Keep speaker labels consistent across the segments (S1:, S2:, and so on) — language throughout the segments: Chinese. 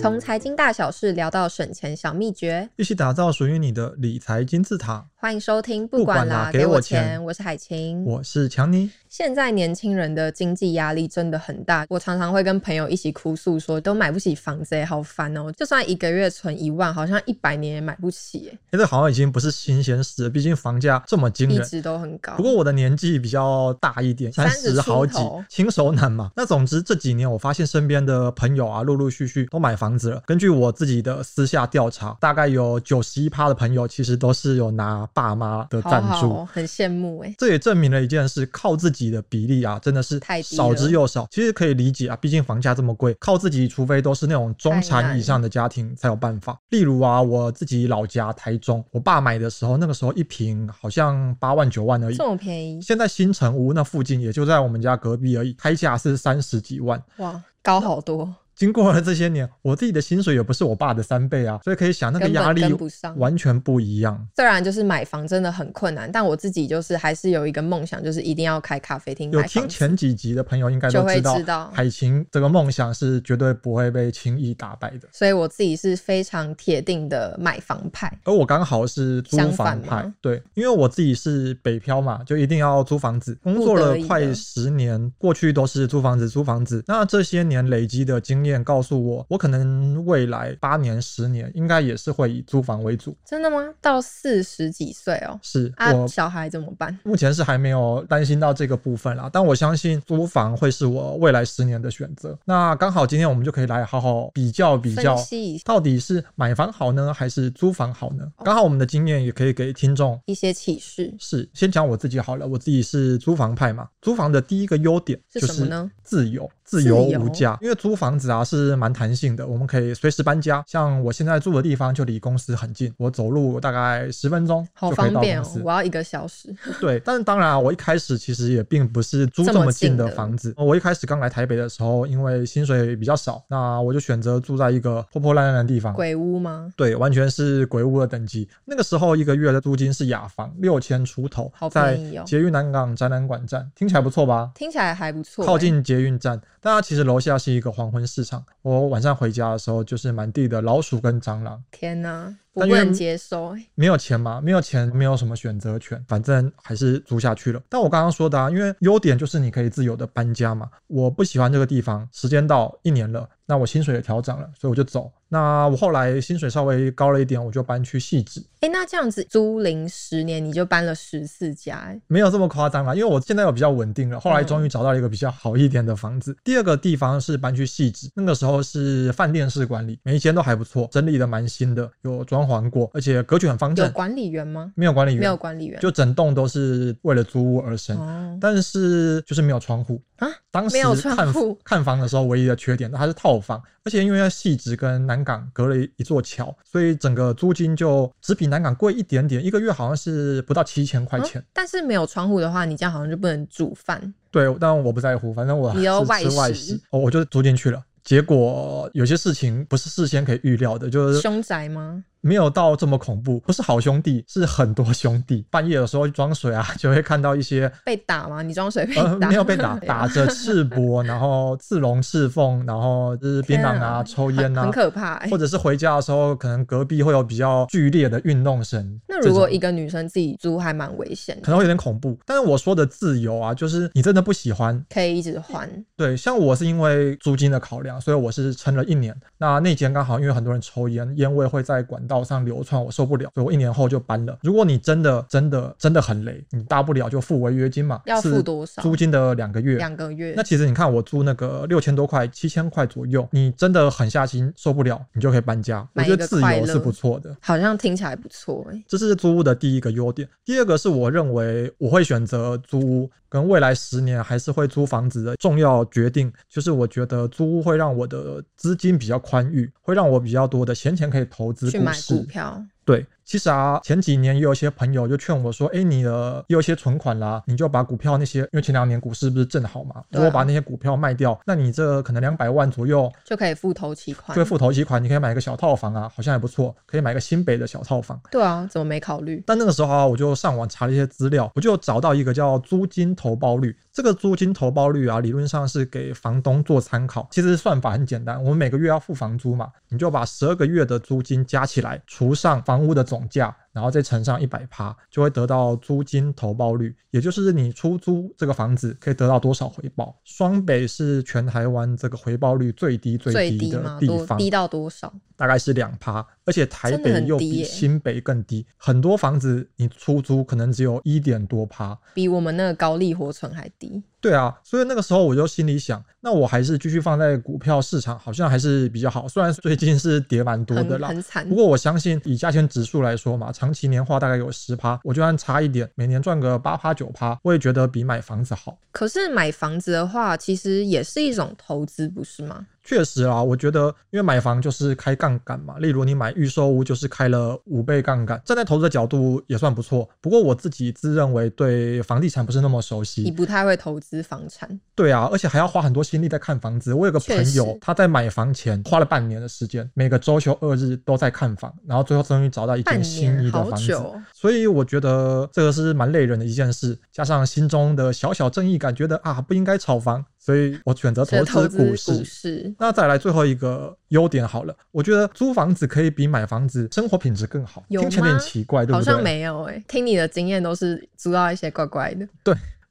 S1: 从财经大小事聊到省钱小秘诀，
S2: 一起打造属于你的理财金字塔。
S1: 欢迎收听。
S2: 不
S1: 不管
S2: 管啦
S1: 啦，
S2: 给
S1: 给
S2: 我
S1: 我
S2: 钱
S1: 钱，我是海晴。
S2: 我是强尼，
S1: 现在年轻人的经济压力真的很大，我常常会跟朋友一起哭诉说，都买不起房子耶，好烦哦！就算一个月存一万，好像一百年也买不起欸耶，
S2: 哎，这好像已经不是新鲜事了，毕竟房价这么惊
S1: 一
S2: 人。
S1: 直都很高。
S2: 不过我的年纪比较大一点，三
S1: 30
S2: 十好
S1: 出
S2: 几
S1: 头，
S2: 新手难嘛。那总之这几年，我发现身边的朋友啊，陆陆续续都买房子了。根据我自己的私下调查，大概有九十一趴的朋友其实都是有拿爸妈的赞
S1: 好
S2: 助。
S1: 好哦，很羡慕哎。
S2: 这也证明了一件事，靠自己的比例啊，真的是
S1: 太低了
S2: 少之又少。其实可以理解啊，毕竟房价这么贵，靠自己，除非都是那种中
S1: 太
S2: 产
S1: 难
S2: 以上的家庭才有办法。例如啊，我自己老家台中，我爸买的时候，那个时候一平好像八万九万而已
S1: 这。么便宜
S2: 现在新城屋那附近，也就在我们家隔壁而已，开价是三十几万。
S1: 哇，高好多，
S2: 经过了这些年，我自己的薪水也不是我爸的三倍啊，所以可以想那个
S1: 根
S2: 压
S1: 本
S2: 力
S1: 跟不上。
S2: 完全不一样。
S1: 虽然就是买房真的很困难，但我自己就是还是有一个梦想，就是一定要开咖啡厅
S2: 有
S1: 买
S2: 听
S1: 房子。
S2: 前几集的朋友应该
S1: 就
S2: 都
S1: 会
S2: 知道，
S1: 知道
S2: 海晴这个梦想是绝对不会被轻易打败的。
S1: 所以我自己是非常铁定的买房派。
S2: 而我刚好是租
S1: 相反
S2: 房派
S1: 吗，
S2: 对，因为我自己是北漂嘛，就一定要租房子。工
S1: 不
S2: 作
S1: 得
S2: 了
S1: 已
S2: 快
S1: 的
S2: 十年，过去都是租房子，租房子。那这些年累积的经验告诉我，我可能未来八年、十年应该也是会以租房为主。
S1: 真的吗？到四十几岁哦，
S2: 是
S1: 啊，
S2: 我
S1: 小孩怎么办？
S2: 目前是还没有担心到这个部分啦，但我相信租房会是我未来十年的选择。那刚好今天我们就可以来好好比较比较
S1: 分，析一
S2: 到底是买房好呢，还是租房好呢？刚好我们的经验也可以给听众。
S1: 一些启示。
S2: 是，先讲我自己好了，我自己是租房派嘛。租房的第一个优点
S1: 是
S2: 就
S1: 什么
S2: 是
S1: 呢
S2: 自由，自
S1: 自
S2: 由
S1: 由
S2: 无价。因为租房子啊是蛮弹性的，我们可以随时搬家。像我现在住的地方就离公司很近，我走路大概十分钟
S1: 好
S2: 就可以
S1: 方
S2: 到
S1: 便
S2: 公
S1: 哦
S2: 司！。
S1: 我要一个小时，
S2: 对，但是当然啊，我一开始其实也并不是租这么近的房子。我一开始刚来台北的时候，因为薪水比较少，那我就选择住在一个破破烂烂的地方。
S1: 鬼屋吗？
S2: 对，完全是鬼屋的等级。那个时候一个月的租金是雅房六千出头，
S1: 好
S2: 在
S1: 便宜哦
S2: 捷运南港展览馆站，听起来不错吧？
S1: 听起来还不错、欸
S2: 靠近捷运站，但它其实楼下是一个黄昏市场。我晚上回家的时候，就是满地的老鼠跟蟑螂。
S1: 天哪，我
S2: 但
S1: 不
S2: 因为
S1: 能接受、欸。
S2: 没有钱嘛，没有钱，没有什么选择权，反正还是租下去了。但我刚刚说的啊，因为优点就是你可以自由的搬家嘛。我不喜欢这个地方，时间到一年了，那我薪水也调整了，所以我就走。那我后来薪水稍微高了一点，我就搬去细致，
S1: 哎、那这样子租龄十年，你就搬了十四家、欸，
S2: 没有这么夸张啦，因为我现在有比较稳定了，后来终于找到了一个比较好一点的房子。第二个地方是搬去细致，那个时候是饭店式管理，每一间都还不错，整理的蛮新的，有装潢过，而且格局很方
S1: 有
S2: 正，
S1: 管理员吗？
S2: 没有管理员，
S1: 没有管理员，
S2: 就整栋都是为了租屋而生。
S1: 哦
S2: 但是就是没有窗户
S1: 啊。
S2: 当时
S1: 没有窗
S2: 看
S1: 户
S2: 看房的时候，唯一的缺点它是套房，而且因为要细致跟南港隔了一座桥，所以整个租金就只比南港贵一点点，一个月好像是不到七千块
S1: 嗯
S2: 钱。
S1: 但是没有窗户的话，你这样好像就不能煮饭。
S2: 对，但我不在乎，反正我
S1: 你要
S2: 是吃
S1: 外
S2: 外
S1: 食
S2: 食，哦我就租进去了。结果有些事情不是事先可以预料的，就是
S1: 凶宅吗？
S2: 没有到这么恐怖，不是好兄弟，是很多兄弟。半夜的时候去装水啊，就会看到一些
S1: 被打吗？你装水被
S2: 呃
S1: 打？
S2: 没有被 打，
S1: 对啊
S2: 打着赤膊，然后刺龙刺凤，然后就是槟榔
S1: 天
S2: 啊、
S1: 啊
S2: 抽
S1: 很
S2: 烟啊
S1: 很，可怕、欸
S2: 或。者是回家的时候，可能隔壁会有比较剧烈的运动声。
S1: 那如果
S2: 这种
S1: 一个女生自己租，还蛮危险
S2: 可
S1: 的，
S2: 能会有点恐怖，但是我说的自由啊，就是你真的不喜欢，
S1: 可以一直还。
S2: 对，像我是因为租金的考量，所以我是撑了一年。那那间刚好因为很多人抽烟，烟味会在管道上流窜，我受不了，所以我一年后就搬了。如果你真的真的真的很累，你大不了就付违约金嘛，
S1: 要付
S2: 是
S1: 多少
S2: 租金的两个月。
S1: 两个月
S2: 那，其实你看，我租那个六千多块、七千块左右，你真的狠下心受不了，你就可以搬家。我
S1: 买一
S2: 觉得
S1: 个
S2: 自
S1: 快
S2: 由是
S1: 乐
S2: 不错的。
S1: 好像听起来不错哎、
S2: 这是租屋的第一个优点。第二个是我认为我会选择租屋，跟未来十年还是会租房子的重要决定，就是我觉得租屋会让我的资金比较宽裕，会让我比较多的闲钱可以投资
S1: 去
S2: 股
S1: 买
S2: 市。
S1: 股票。
S2: 对，其实啊，前几年也有一些朋友就劝我说：“哎，你的也有一些存款啦，你就把股票那些，因为前两年股市不是正好嘛，如
S1: 对
S2: 果
S1: 啊
S2: 把那些股票卖掉，那你这可能两百万左右
S1: 就可以付头期款
S2: 就。会付头期款，你可以买个小套房啊，好像也不错，可以买个新北的小套房。”
S1: 对啊，怎么没考虑？
S2: 但那个时候啊，我就上网查了一些资料，我就找到一个叫租金投报率。这个租金投报率啊，理论上是给房东做参考。其实算法很简单，我们每个月要付房租嘛，你就把十二个月的租金加起来，除上房屋的总价，然后再乘上一百趴，就会得到租金投报率，也就是你出租这个房子可以得到多少回报。双北是全台湾这个回报率最低
S1: 最
S2: 低
S1: 低
S2: 的
S1: 嘛，
S2: 地
S1: 多
S2: 方，
S1: 低到多少？
S2: 大概是两趴，而且台
S1: 真的
S2: 北
S1: 很
S2: 又
S1: 低
S2: 比
S1: 耶
S2: 新北更低，很多房子你出租可能只有一点多趴。
S1: 比我们那个高利活存还低。
S2: 对啊，所以那个时候我就心里想，那我还是继续放在股票市场，好像还是比较好。虽然最近是跌蛮多的
S1: 很
S2: 啦，
S1: 很惨
S2: 不。过我相信以加权指数来说嘛，长期年化大概有十趴，我就按差一点，每年赚个八趴九趴，我也觉得比买房子好。
S1: 可是买房子的话，其实也是一种投资，不是吗？
S2: 确实啊，我觉得因为买房就是开杠杆嘛，例如你买预售屋就是开了五倍杠杆，站在投资的角度也算不错。不过我自己自认为对房地产不是那么熟
S1: 你
S2: 悉，
S1: 不太会投资房产，
S2: 对啊，而且还要花很多心力在看房子。我有个
S1: 确
S2: 朋友
S1: 实，
S2: 他在买房前花了半年的时间，每个周休二日都在看房，然后最后终于找到一
S1: 半
S2: 间心
S1: 年
S2: 仪的
S1: 好
S2: 房
S1: 久
S2: 子。
S1: 哦。
S2: 所以我觉得这个是蛮累人的一件事，加上心中的小小正义感，觉得啊不应该炒房，所以我选择
S1: 所以
S2: 投资股市。
S1: 股市
S2: 那再来最后一个优点好了，我觉得租房子可以比买房子生活品质更好，
S1: 有
S2: 听起来有
S1: 吗
S2: 点奇怪，对
S1: 好
S2: 不
S1: 像
S2: 对？
S1: 没有哎、听你的经验都是租到一些怪怪的。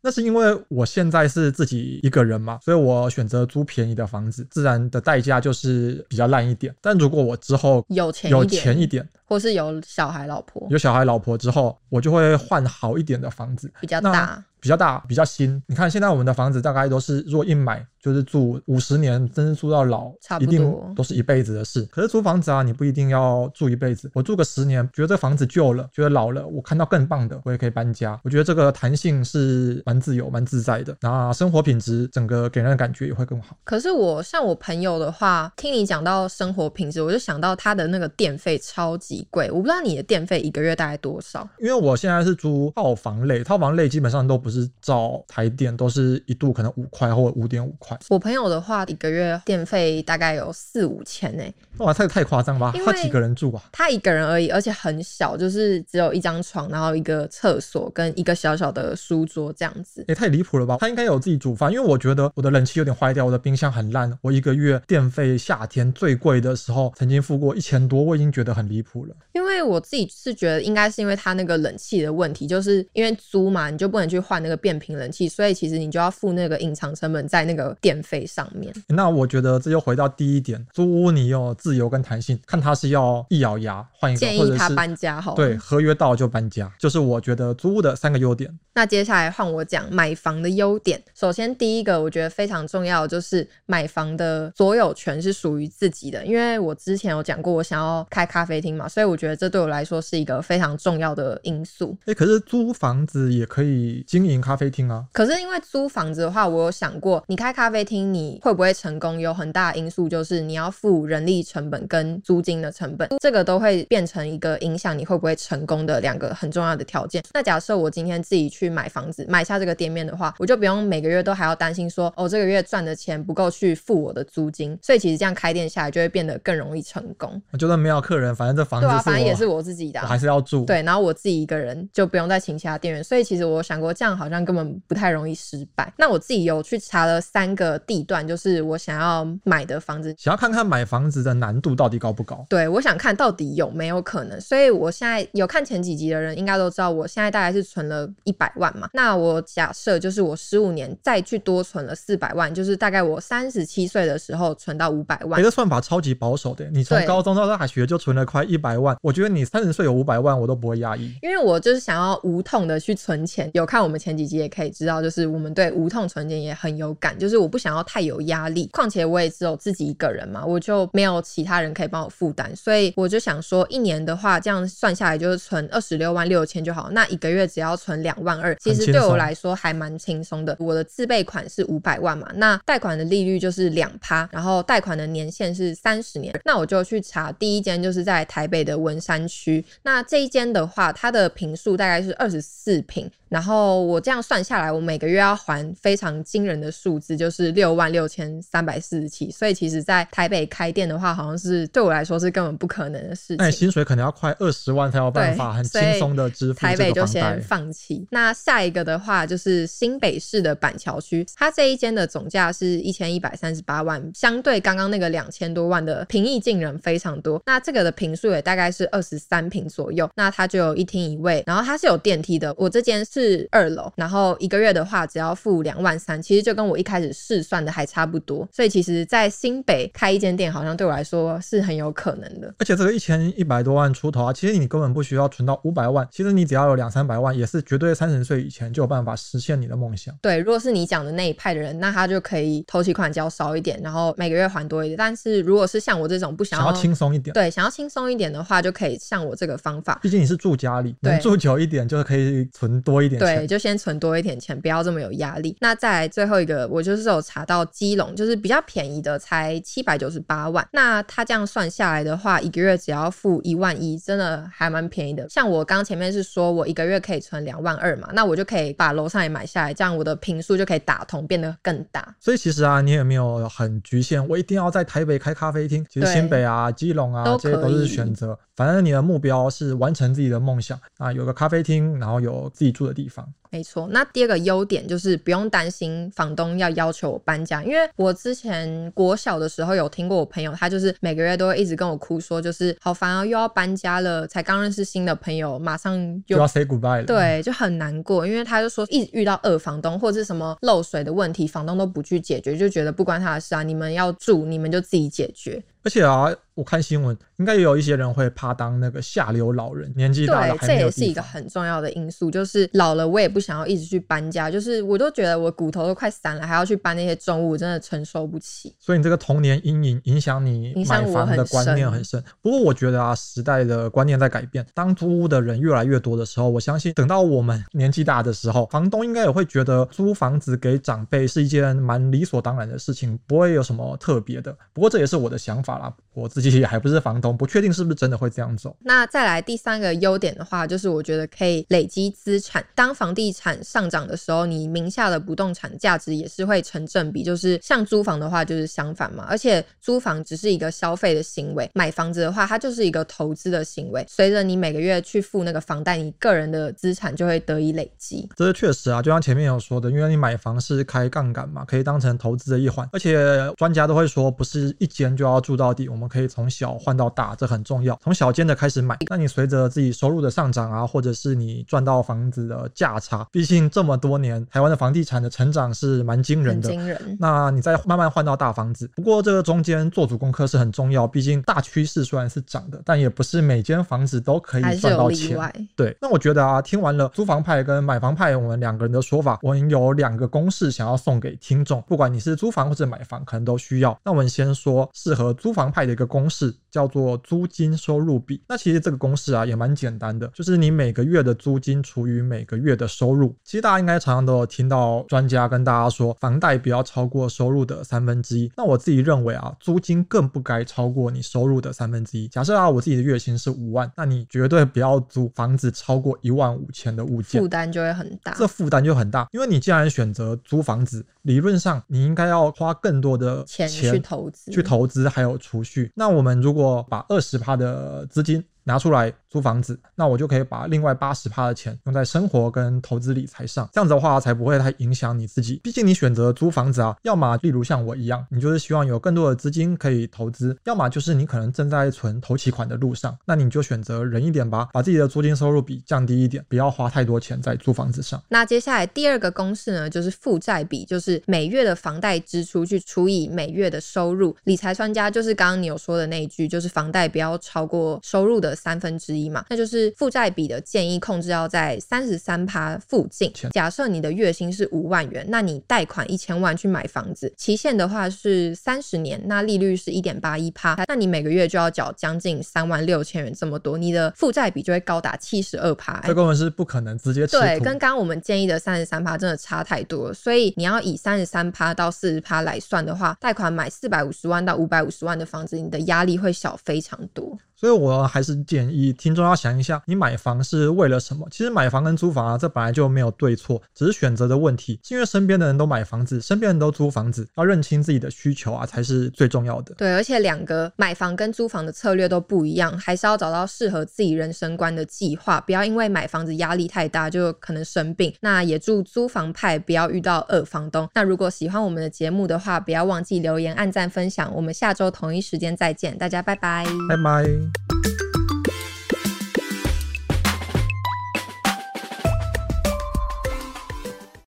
S2: 那是因为我现在是自己一个人嘛，所以我选择租便宜的房子，自然的代价就是比较烂一点。但如果我之后
S1: 有钱
S2: 有
S1: 一点，
S2: 钱一点，
S1: 或是有小孩、老婆
S2: 有小孩、老婆之后，我就会换好一点的房子，
S1: 比较
S2: 那
S1: 大，
S2: 比较大、比较新。你看现在我们的房子大概都是，如果一买就是住五十年，真是住到老，
S1: 差不
S2: 一
S1: 多
S2: 定都是一辈子的事。可是租房子啊，你不一定要住一辈子，我住个十年，觉得这房子旧了，觉得老了，我看到更棒的，我也可以搬家。我觉得这个弹性是蛮自由、蛮自在的，那生活品质整个给人的感觉也会更好。
S1: 可是我像我朋友的话，听你讲到生活品质，我就想到他的那个电费超级贵。我不知道你的电费一个月大概多少，
S2: 因为我现在是租套房类，套房类基本上都不是照台电，都是一度可能五块或五点五块，
S1: 我朋友的话一个月电费大概有四五千呢、
S2: 哇，太太夸张吧
S1: 因？
S2: 他
S1: 为
S2: 几个人住啊？
S1: 他一个人而已，而且很小，就是只有一张床，然后一个厕所跟一个小小的书桌这样子。
S2: 也太离谱了吧！他应该有自己煮饭，因为我觉得我的冷气有点坏掉，我的冰箱很烂，我一个月电费夏天最贵的时候曾经付过一千多，我已经觉得很离谱了。
S1: 因为我自己是觉得应该是因为他那个冷气的问题，就是因为租嘛，你就不能去换那个变频冷气，所以其实你就要付那个隐藏成本在那个电费上面。
S2: 那我觉得这又回到第一点，租屋你有自由跟弹性，看他是要一咬牙换一个，
S1: 建
S2: 或
S1: 议
S2: 者
S1: 他
S2: 是
S1: 搬家好了。
S2: 对合约到就搬家，就是我觉得租屋的三个优点。
S1: 那接下来换我讲买房的优点。首先，第一个我觉得非常重要的就是买房的所有权是属于自己的，因为我之前有讲过我想要开咖啡厅嘛，所以我觉得这对我来说是一个非常重要的因素。
S2: 诶，可是租房子也可以经营咖啡厅啊。
S1: 可是因为租房子的话，我有想过，你开咖啡厅你会不会成功，有很大的因素就是你要付人力成本跟租金的成本，这个都会变成一个影响你会不会成功的两个很重要的条件。那假设我今天自己去买房子，买下这个店面的话，我就不用每个月都还要担心说，哦，这个月赚的钱不够去付我的租金，所以其实这样开店下来就会变得更容易成功。
S2: 就算没有客人，反正这房子
S1: 对啊，
S2: 是
S1: 反正
S2: 我
S1: 也是我自己的、
S2: 我
S1: 啊，
S2: 还是要住。
S1: 对，然后我自己一个人就不用再请其他店员，所以其实我想过，这样好像根本不太容易失败。那我自己有去查了三个地段，就是我想要买的房子。
S2: 想要看看买房子的难度到底高不高。
S1: 对，我想看到底有没有可能，所以我现在有看前几集的人应该都知道，我现在大概是存了一百万嘛。那我假设就是我十五年再去多存了四百万，就是大概我三十七岁的时候存到五百万
S2: 别。的算法超级保守的，你从
S1: 对
S2: 高中到大学就存了快一百万，我觉得你三十岁有五百万我都不会压抑。
S1: 因为我就是想要无痛的去存钱，有看我们前几集也可以知道，就是我们对无痛存钱也很有感，就是我不想要太有压力，况且我也只有自己一个人嘛，我就没有其他人可以帮我负担，所以我就想说，一年的话，这样算下来就是存二十六万六千就好，那一个月只要存两万二，其实对我来说还蛮轻松的。我的自备款是五百万嘛，那贷款的利率就是两趴，然后贷款的年限是三十年，那我就去查第一间就是在台北的文山区，那这一间的话，它的平数大概是二十四平，然后我这样算下来，我每个月要还非常惊人的数字，就是六万六千三百四十七。所以其实，在台北开店的话，好像是对我来说是根本不可能的事
S2: 那你
S1: 情。
S2: 薪水可能要快二十万才有办法
S1: 对
S2: 很轻松的支付
S1: 台北就
S2: 这个房
S1: 先
S2: 贷。
S1: 放弃。那下一个的话就是新北市的板桥区，它这一间的总价是一千一百三十八万，相对刚刚那个两千多万的平易近人非常多。那这个的平数也大概是二十三平左右，那它就有一厅一卫，然后它是有电梯的。我这间是二楼，然后一个月的话只要付两万三，其实就跟我一开始试算的还差不多。所以其实，在新北开一间店，好像对我来说是很有可能的。
S2: 而且这个一千一百多万出头啊，其实你根本不需要存到五百万，其实你只要有两三百万，也是绝对三十岁以前就有办法实现你的梦想。
S1: 对，如果是你讲的那一派的人，那他就可以头期款交少一点，然后每个月还多一点。但是如果是像我这种不想
S2: 想
S1: 要
S2: 要轻松一点，
S1: 对想要轻松一点的话，就可以像我这个方法，
S2: 毕竟你是住家里，能
S1: 对
S2: 住久一点就是可以存多一点
S1: 对，
S2: 钱。
S1: 就先存多一点钱，不要这么有压力。那再来最后一个，我就是有查到基隆，就是比较便宜的，才七百九十八万。那他这样算下来的话，一个月只要付一万一，真的还蛮便宜的。像我刚前面是说我一个月可以存两万二嘛，那我就可以把楼上也买下来，这样我的平数就可以打通，变得更大。
S2: 所以其实啊，你也没有很局限，我一定要在台北开咖啡厅。其实
S1: 对
S2: 新北啊、基隆啊
S1: 都
S2: 这些都
S1: 可以
S2: 是选择，反正你的目标是完成自己的梦想啊，有个咖啡厅，然后有自己住的地方。
S1: 没错，那第二个优点就是不用担心房东要要求我搬家，因为我之前国小的时候有听过我朋友，他就是每个月都会一直跟我哭说，就是好烦啊，又要搬家了，才刚认识新的朋友，马上
S2: 就
S1: 又
S2: 要 say goodbye 了。，
S1: 对，就很难过，因为他就说一直遇到二房东或者是什么漏水的问题，房东都不去解决，就觉得不关他的事啊，你们要住你们就自己解决。
S2: 而且啊，我看新闻，应该也有一些人会怕当那个下流老人，年纪大了
S1: 对，
S2: 还
S1: 这
S2: 没有
S1: 也是一
S2: 地
S1: 个
S2: 方。
S1: 很重要的因素，就是老了我也不想要一直去搬家，就是我都觉得我骨头都快散了，还要去搬那些重物，我真的承受不起。
S2: 所以你这个童年阴影影响你
S1: 影响
S2: 买
S1: 我
S2: 房的
S1: 很
S2: 观念
S1: 深
S2: 很深。不过我觉得啊，时代的观念在改变，当租屋的人越来越多的时候，我相信等到我们年纪大的时候，房东应该也会觉得租房子给长辈是一件蛮理所当然的事情，不会有什么特别的。不过这也是我的想法啦，我自己也还不是房东，不确定是不是真的会这样走。
S1: 那再来第三个优点的话，就是我觉得可以累积资产。当房地产上涨的时候，你名下的不动产价值也是会成正比。就是像租房的话，就是相反嘛。而且租房只是一个消费的行为，买房子的话，它就是一个投资的行为。随着你每个月去付那个房贷，你个人的资产就会得以累积。
S2: 这是确实啊，就像前面有说的，因为你买房是开杠杆嘛，可以当成投资的一环，而且专家都会说，不是一间就要住到底，我们可以从小换到大，这很重要，从小间的开始买。那你随着自己收入的上涨啊，或者是你赚到房子的价差，毕竟这么多年台湾的房地产的成长是蛮惊人
S1: 很
S2: 的，
S1: 惊人。
S2: 那你再慢慢换到大房子。不过这个中间做足功课是很重要，毕竟大趋势虽然是涨的，但也不是每间房子都可以
S1: 还是
S2: 赚
S1: 有
S2: 到
S1: 例
S2: 钱。
S1: 外，
S2: 对，那我觉得啊，听完了租房派跟买房派我们两个人的说法，我们有两个公式想要送给听众，不管你是租房或者买房，可能都需要。那我们先说适合租房派的一个公式，叫做租金收入比。那其实这个公式啊也蛮简单的，就是你每个月的租金除以每个月的收入。其实大家应该常常都有听到专家跟大家说，房贷不要超过收入的三分之一。那我自己认为啊，租金更不该超过你收入的三分之一。假设啊，我自己的月薪是五万，那你绝对不要租房子超过一万五千的物件
S1: 负。担就会很大。
S2: 这负担就很大，因为你既然选择租房子，理论上你应该要花更多的
S1: 钱去投资，
S2: 去投资还有储蓄。那我们如果把二十趴的资金拿出来租房子，那我就可以把另外八十趴的钱用在生活跟投资理财上。这样子的话，才不会太影响你自己。毕竟你选择租房子啊，要么例如像我一样，你就是希望有更多的资金可以投资；要么就是你可能正在存投期款的路上，那你就选择忍一点吧，把自己的租金收入比降低一点，不要花太多钱在租房子上。
S1: 那接下来第二个公式呢，就是负债比，就是每月的房贷支出去除以每月的收入。理财专家就是刚刚你有说的那一句，就是房贷不要超过收入的的三分之一嘛，那就是负债比的建议控制要在三十三趴附近。假设你的月薪是五万元，那你贷款一千万去买房子，期限的话是三十年，那利率是一点八一趴，那你每个月就要缴将近三万六千元这么多，你的负债比就会高达七十二趴。
S2: 这根本是不可能直接吃
S1: 哎对，
S2: 土
S1: 跟刚刚我们建议的三十三趴真的差太多了，所以你要以三十三趴到四十趴来算的话，贷款买四百五十万到五百五十万的房子，你的压力会小非常多。
S2: 所以我还是建议听众要想一下，你买房是为了什么？其实买房跟租房啊，这本来就没有对错，只是选择的问题。是因为身边的人都买房子，身边人都租房子，要认清自己的需求啊，才是最重要的。
S1: 对，而且两个买房跟租房的策略都不一样，还是要找到适合自己人生观的计划，不要因为买房子压力太大就可能生病。那也祝租房派不要遇到二房东。那如果喜欢我们的节目的话，不要忘记留言、按赞、分享。我们下周同一时间再见，大家拜拜。
S2: 拜拜。